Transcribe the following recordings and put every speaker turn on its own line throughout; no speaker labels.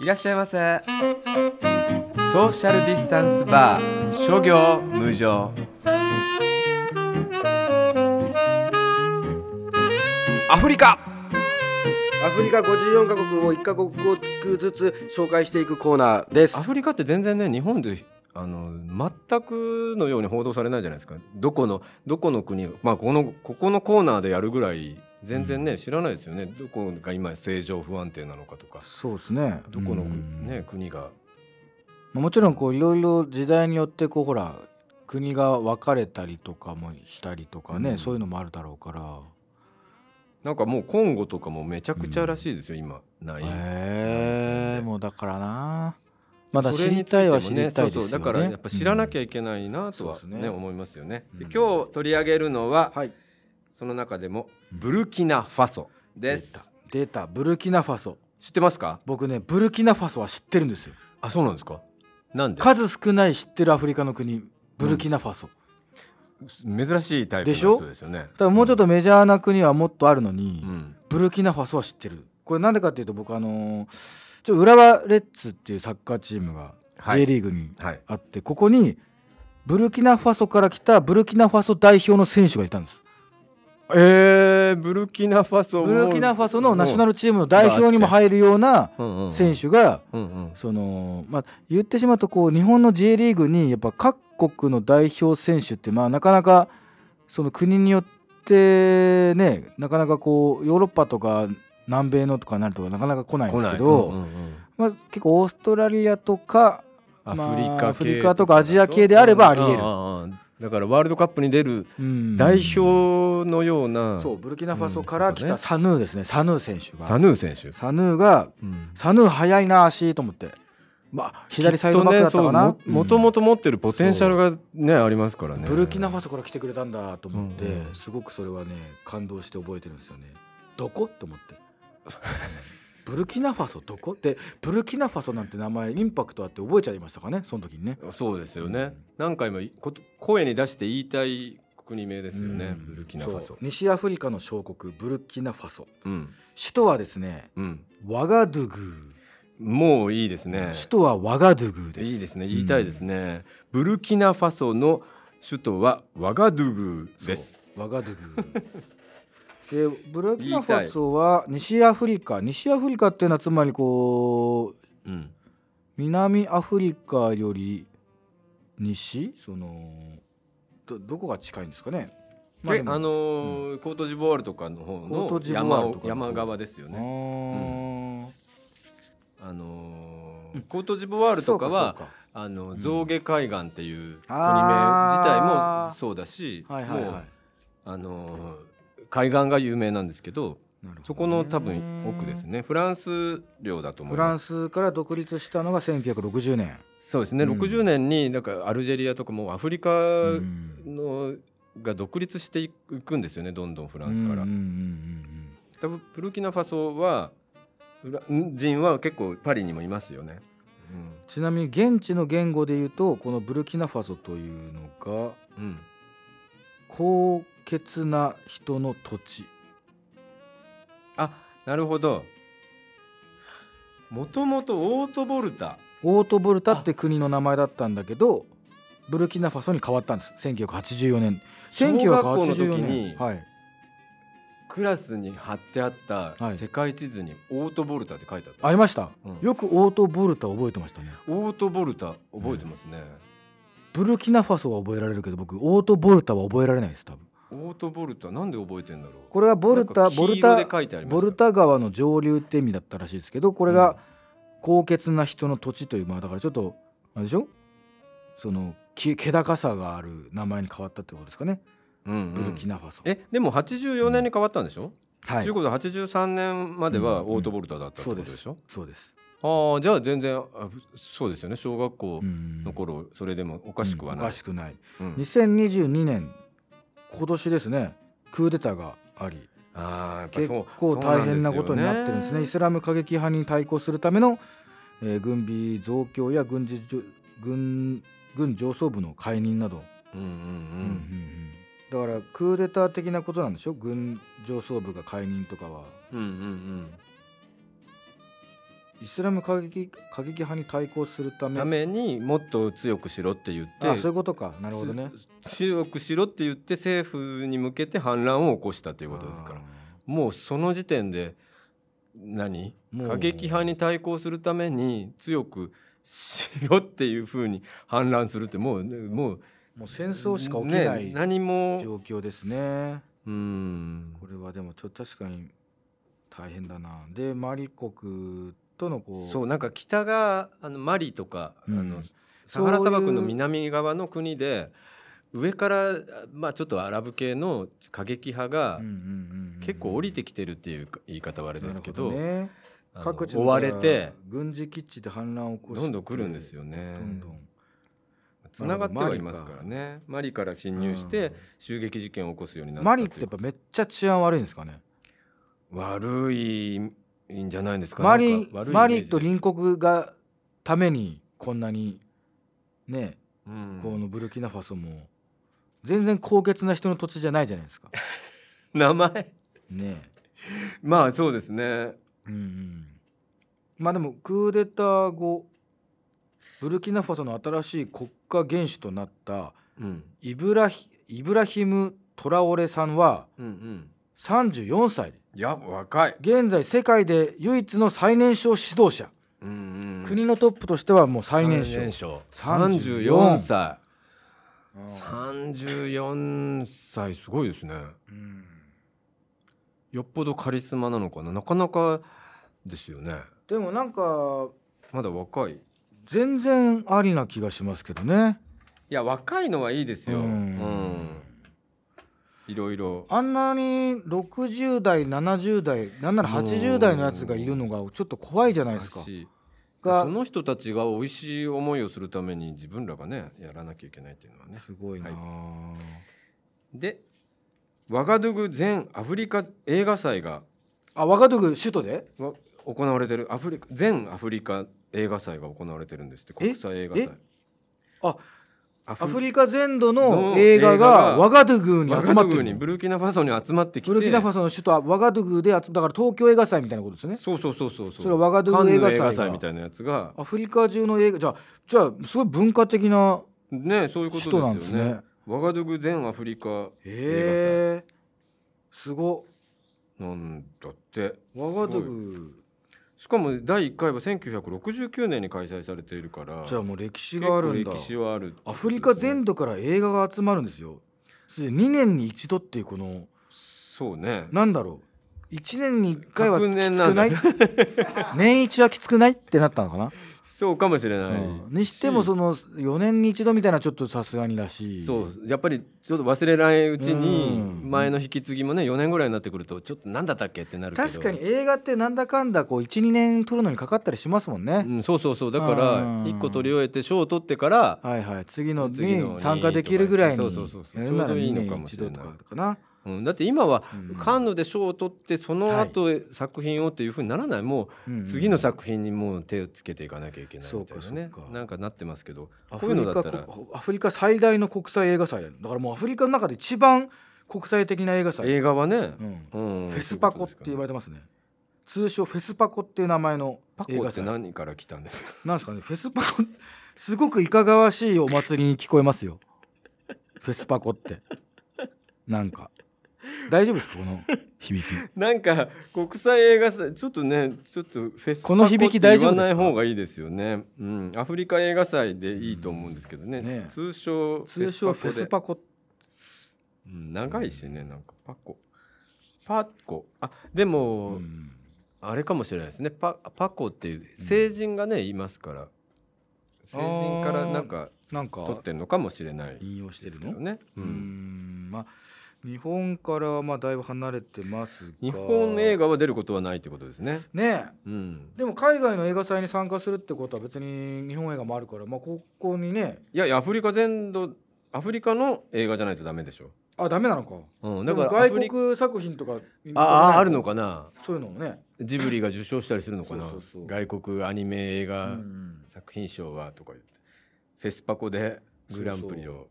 いらっしゃいませソーシャルディスタンスバー諸行無常アフリカ
アフリカ54カ国を1カ国ずつ紹介していくコーナーです
ア。フリカって全然ね日本であの全くのように報道されないじゃないですかどこのどこの国、まあ、このここのコーナーでやるぐらい全然ね、知らないですよねどこが今正常不安定なのかとか
そうですね
どこの、
うん
ね、国が
まあもちろんこういろいろ時代によってこうほら国が分かれたりとかもしたりとかね、
うん
そういうのもあるだろうから
なんかもうコンゴとかもめちゃくちゃらしいですよ、今ない、
ええもうだからなまだ
そ
知
れ
り
につ
たいは
て
知
も
り
ね
たいです
そう
よね
そうだからやっぱ知らなきゃ
ゃ、
いけないなとは
そうで
ね,、
すね
思いますよね。で
うん
今日取り上げるのは、
はい。
その中でもブルキナファソです。
データブルキナファソ
知ってますか？
僕ねブルキナファソは知ってるんですよ
あそうなんですか？なんで？
数少ない知ってるアフリカの国ブルキナファソ、
珍しいタイプの
でしょ
人ですよね。
だからもうちょっとメジャーな国はもっとあるのに、
うん、
ブルキナファソは知ってるこれなんでかっていうと僕あのーちょっと浦和レッズっていうサッカーチームが
はい
J リーグに
はい。
あって、ここにブルキナファソから来たブルキナファソ代表の選手がいたんです
えー、ブルキナファソも
ブルキナファソのナショナ
ル
ルチームの代表にも入るような選手が
手。うんうん
そのまあ言ってしまうとこう日本の J リーグにやっぱ各国の代表選手ってまあなかなかその国によってねなかなかこうヨーロッパとか南米のとかになるとなかなか来ないん
来
です
ない
けど、
うんうんうん
まあ、結構オーストラリアとか
ア
まあ
フリカ系
アフリカとかアジア系であればあり得る
うんうんうんだからワールドカップに出る
うん
代表のような、
そうブルキナファソから来
うんそう
た
ね
サヌーですねサヌー選手が
サヌー選手、
サヌーがサヌー速いな足と思って
まあ
左サイドバックだったかな
きっとねそうももともと持ってるポテンシャルがねありますからね
ブルキナファソから来てくれたんだと思って、
うんうん
すごくそれはね感動して覚えてるんですよねどこと思って ブルキナファソどこってブルキナファソなんて名前インパクトあって覚えちゃいましたかねその時にね
そうですよね、何回もこと声に出して言いたい国名ですよね、
うん
ブルキナファソ
そう西アフリカの小国ブルキナファソ
うん
首都はですね
うん
ワガドゥグ
もういいです
ー、
ね
首都はワガドゥグーです
いいですね言いたいですね、ブルキナファソの首都はワガドゥグーです
そうワガドゥ グーでブルキナファソは西アフリカ西アフリカっていうのはつまりこう
うん
南アフリカより西そのどどこが近いんですかね、まあ
で
でも
あのーコートジボワールとかの方
コート
の
ジボ
山
ワール
を
とかの方
山側ですよ
あ
ね
ー
あのーコートジボワールとかは
そうか
あの
ん
象牙海岸っていう国名自体
あ
も
ー
そうだし、
そうかはいはい
も
は
う
い
あのー海岸が有名なんですけど
なるほどね
そこの多分奥ですねフランス領だと思
フ
い
ラ
ま
ン
す
スから独立したのが1960年、
そうですね、
うん
60年にだからアルジェリアとかもうアフリカ
うん
の、が独立していくんですよねどんどんフランスから、
うんうんうんうん
多分ブルキナファソはフラン人は結構パリにもいますよね、
ちなみに現地の言語で言うとこのブルキナファソというのが
うんうん
高潔な人の土地
あなるほどもともとオートボルタ
オートブルタって国の名前だったんだけどブルキナファソに変わったんです1984年
小学校の時
1984
に
年はい
クラスに貼ってあった
はい
世界地図にオートボルタって書いてあった、
ありました、
うん
よくオートブルタ覚えてましたね
オートボルタ覚えてますね、
ブルキナファソは覚えられるけど僕オートボルタは覚えられないです多分
オートボルタなんで覚えてんだろう
これはボル
な
タ
んか
ボ
黄
ル
色で
タ
書いてありました
ボルタ川の上流って意味だったらしいですけどこれが高潔な人の土地というまあだからちょっとあれでしょそのき気高さがある名前に変わったってことですかね
うんうん
ブルキナファソ、
えでも84年に変わったんでしょ、
は
という
い
ことは83年まではオートボルタだったってことでしょ、
そうです
ああじゃあ全然あそうですよね小学校の
残
頃それでもおかしくはない、
おかしくない
うん
2022年今年ですねクーデターがあり
ああやっぱ
結
そう
構大変なことになってるんですねイ
そう
スラム過激派に対抗するための、えー軍備増強や軍事じょ軍軍上層部の解任など、
なんですよねうんうん
だからクーデター的なことなんでしょ軍上層部が解任とかは
うんうんうんうん
イスラム過激過激派に対抗するため
ためにもっと強くしろって言って
あそういうことかなるほどね
つ強くしろって言って政府に向けて反乱を起こしたということですからもうその時点で何
もう
過激派に対抗するために強くしろっていうふうに反乱するってもうねもう
もう戦争しか起きな
ね
い
何も
状況ですね
うん
これはでもちょっと確かに大変だなでマリ国とのこう
そうなんか北があのマリとか、
うん
あのサハラ砂
そうい
漠
う
の南側の国で上からまあちょっとアラブ系の過激派が
うんうんうんうん
結構降りてきてるっていうか言い方はあれですけど,、
なるほね
あの
各地の
追われて
軍事基地で反乱を起こして
どんどん来るんですよね
どんどん
つながってはいますからねマリから侵入して襲撃事件を起こすようになった
マ
てい
リ
う
ってやっぱめっちゃ治安悪いんですかね
悪いんじゃないですか
マリ
なんか悪いイメージです
マリと隣国がためにこんなにね
うん
このブルキナファソも全然高潔な人の土地じゃないじゃないです か
名前
ねえ
まあそうですね
うんうんまあでもクーデター後ブルキナファソの新しい国家元首となった
うん
イブラヒイブラヒム・トラオレさんは
うんうん
34歳
いや若い、
現在世界で唯一の最年少指導者、
うんうん
国のトップとしてはもう最年少
三十
34
四歳
うん
三十四歳すごいですね
うん
よっぽどカリスマなのかななかなかですよね
でもなんか
まだ若いい
全然ありな気がしますけどね
や若いのはいいですよ
う
うんん、いろいろ
あんなに60代70代なんなら80代のやつがいるのがちょっと怖いじゃないですか
だ。し
が
その人たちが美味しい思いをするために自分らがねやらなきゃいけないっていうのはね
すごいな、
はでワガドゥグ全アフリカ映画祭が
あワガドゥグ首都で
わ行われてるアフリカ全アフリカ映画祭が行われてるんですって国際映画祭
えあ
ア
アフ
リ
リカ全土の
の
映画
映画
が
が
ワガドゥグに
ワ
集
ガ
ま
ド
っ
ゥ
て
グ
る
に
の
ブルキナファソに集まってきて
ブルキナファソの首都はワガドゥグであだから東京映画祭みたいなことですね
そうそうそうそうそう
それワガドゥグ映画
カ
祭が
ンヌ映画祭みたいなやつが
アフリカ中の映画じゃあじゃあすごい文化的な
ねそういうことです
人な
よ
ん
ね
ですね
ワガドゥグ全アフリカ映
へえすご
画祭なんだって
ワガ
すご
ドゥ
い
グ
しかも第1回は1969年に開催されているから
じゃあもう歴史
結
があ
構
るんだ
歴史はあるってこと
ア
ですね
フリカ全土から映画が集まるんですよ2年に一度っていうこの
そうね
なんだろう1年に1回はき
隔
つ
年
く
なん
な
だ
い年一はきつくないってなったのかな、
そうかもしれない、
うんにしてもその4年に一度みたいなちょっとさすがにらしい
そうやっぱりちょっと忘れないうちに
うん
前の引き継ぎもね4年ぐらいになってくるとちょっと何だったっけってなるけど
確かに映画ってなんだかんだこう12年撮るのにかかったりしますもんね、
うん、そうそうそうだか
うん
ら1個取り終えて賞を取ってから
はいはい次の
次の
に
に
参加できるぐらいに
そうそうそうそう
やるなら
ちょうどいいの
2年
か
に
も
一
しれ
度
ない
とかかな
うん、だって今は
うん
カンヌで賞を取ってその後作品をっていうふうにならないも
うんう
うん次の作品にもう手をつけていかなきゃいけないみたいなね
そうかそうか
なんかなってますけど
ア
こう
フ
いう
リ
のだ
カ
ったら
こアフリカ最大の国際映画祭だよだからもうアフリカの中で一番国際的な映画祭、
映画はね、
うん
うん
フェスパコって言われてますね通称フェスパコっていう名前の
パ
映
コ
画
って
祭
何から来たんですか
なんですかねフェスパコ すごくいかがわしいお祭りに聞こえますよフェスパコってなんか大丈夫ですかこの響き
なんか国際映画祭ちょっとねちょっとフェス
この響き大丈夫
パコって言
ですか
わない方がいいですよね、うん、アフリカ映画祭でいいと思うんですけどね,、
ねえ
通称フェ
通
スパ
称
コ
フェ
で
スパコ
うん、長いしねなんかパコパコあでも、
うん
あれかもしれないですねパパコっていう成人がね、いますから成人からなんか
なんか
取ってんのかもしれない
引用して
で
る
す
の
けどね、
う
うんん、
まあ日本からはまあだいぶ離れてますが
日本映
画
画は出ることはないってことですね、
ねえ
うん、
でも海外の映画祭に参加するってことは別に日本映画もあるからまあここにね
いやいやアフリカ全土アフリカの映画じゃないとダメでしょ
あダメなのか
うん、
で
だ
も
からアフ
外
リカ
国作品とか
あああるの
か
かな
そういうのもね、
ジブリが受賞したりするのかな
そうそうそう
外国アニメ映
う
画
ん、
作品賞はとか言ってフェスパコでグランプリを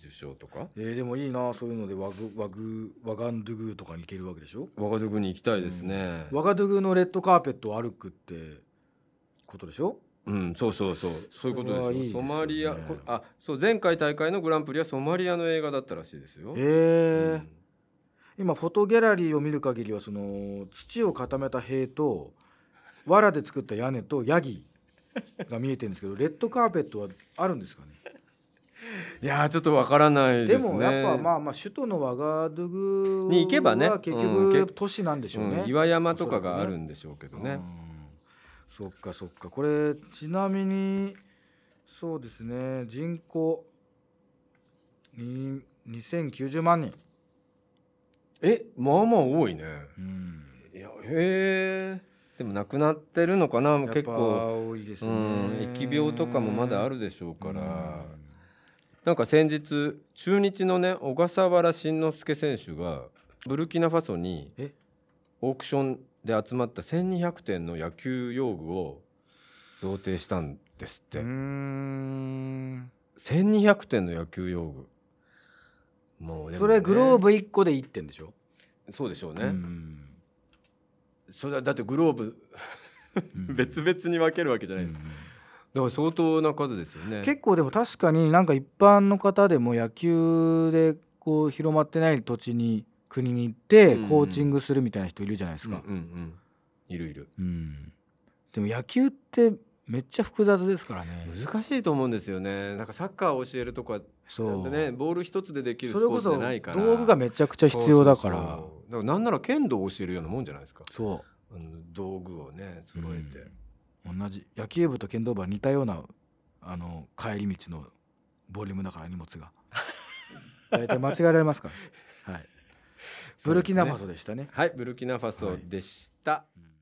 受賞とか
えー、でもいいなそういうのでワグワグワガンドゥグーとかに行けるわけでしょ
ワガドゥグに行きたいですね、
ワガドゥグーのレッドカーペットを歩くって
ことでしょ
うん、そうそうそうそういうことですよ
それはいいですよ
ソ
ね
マリアこあそう前回大会のグランプリはソマリアの映画だったらしいですよ
え
う
ー
ん
今フォトギャラリーを見る限りはその土を固めた塀と藁で作った屋根とヤギが見えてるんですけどレッドカーペットはあるんですかね
いやーちょっとわからないで
で
すね
もやっぱまあまあ首都のワガドゥグ
に行けばね
は結
うんけ
局都市なんでしょうね
うん、。岩山とかがあるんでしょうけど
う
ね
んそっかそっかこれちなみにそうですね人口に2090万人、
えまあまあ多いね
うん、
いやへえでも亡くなってるのかな
やっ
結
ぱ
構、
多いです
う
ね、
ん、疫病とかもまだあるでしょうから、
うん
なんか先日中日のね小笠原慎之介選手がブルキナファソに
え
オークションで集まった1200点の野球用具を贈呈したんですって、
うーん
1200点の野球用具もうでもね、
それグローブ1個で1点でしょ、
そうでしょうね、
うん
それはだってグローブ別々に分けるわけじゃないですか、だから相当な数ですよね
結構でも確かになんか一般の方でも野球でこう広まってない土地に国に行って
うんうん
コーチングするみたいな人いるじゃないです
うんう
か、
んうんいるいる
うんでも野球ってめっちゃ複雑ですからね
難しいと思うんですよねなんかサッカーを教えるとか
そう、
ねボール一つでできるス
そ
ポ
れこ
ーツじ
そ
ゃないから
道具がめちゃくちゃ必要だから
そうそうそうだからなんなら剣道を教えるようなもんじゃないですか
そ
あの道具をね
う
揃えて、
うん同じ野球部と剣道部は似たようなあの帰り道のボリュームだから荷物 が大体間違えられますから、はい、ブルキナファ
ソ
ソでしたね
はいブルキナファソでした、
うん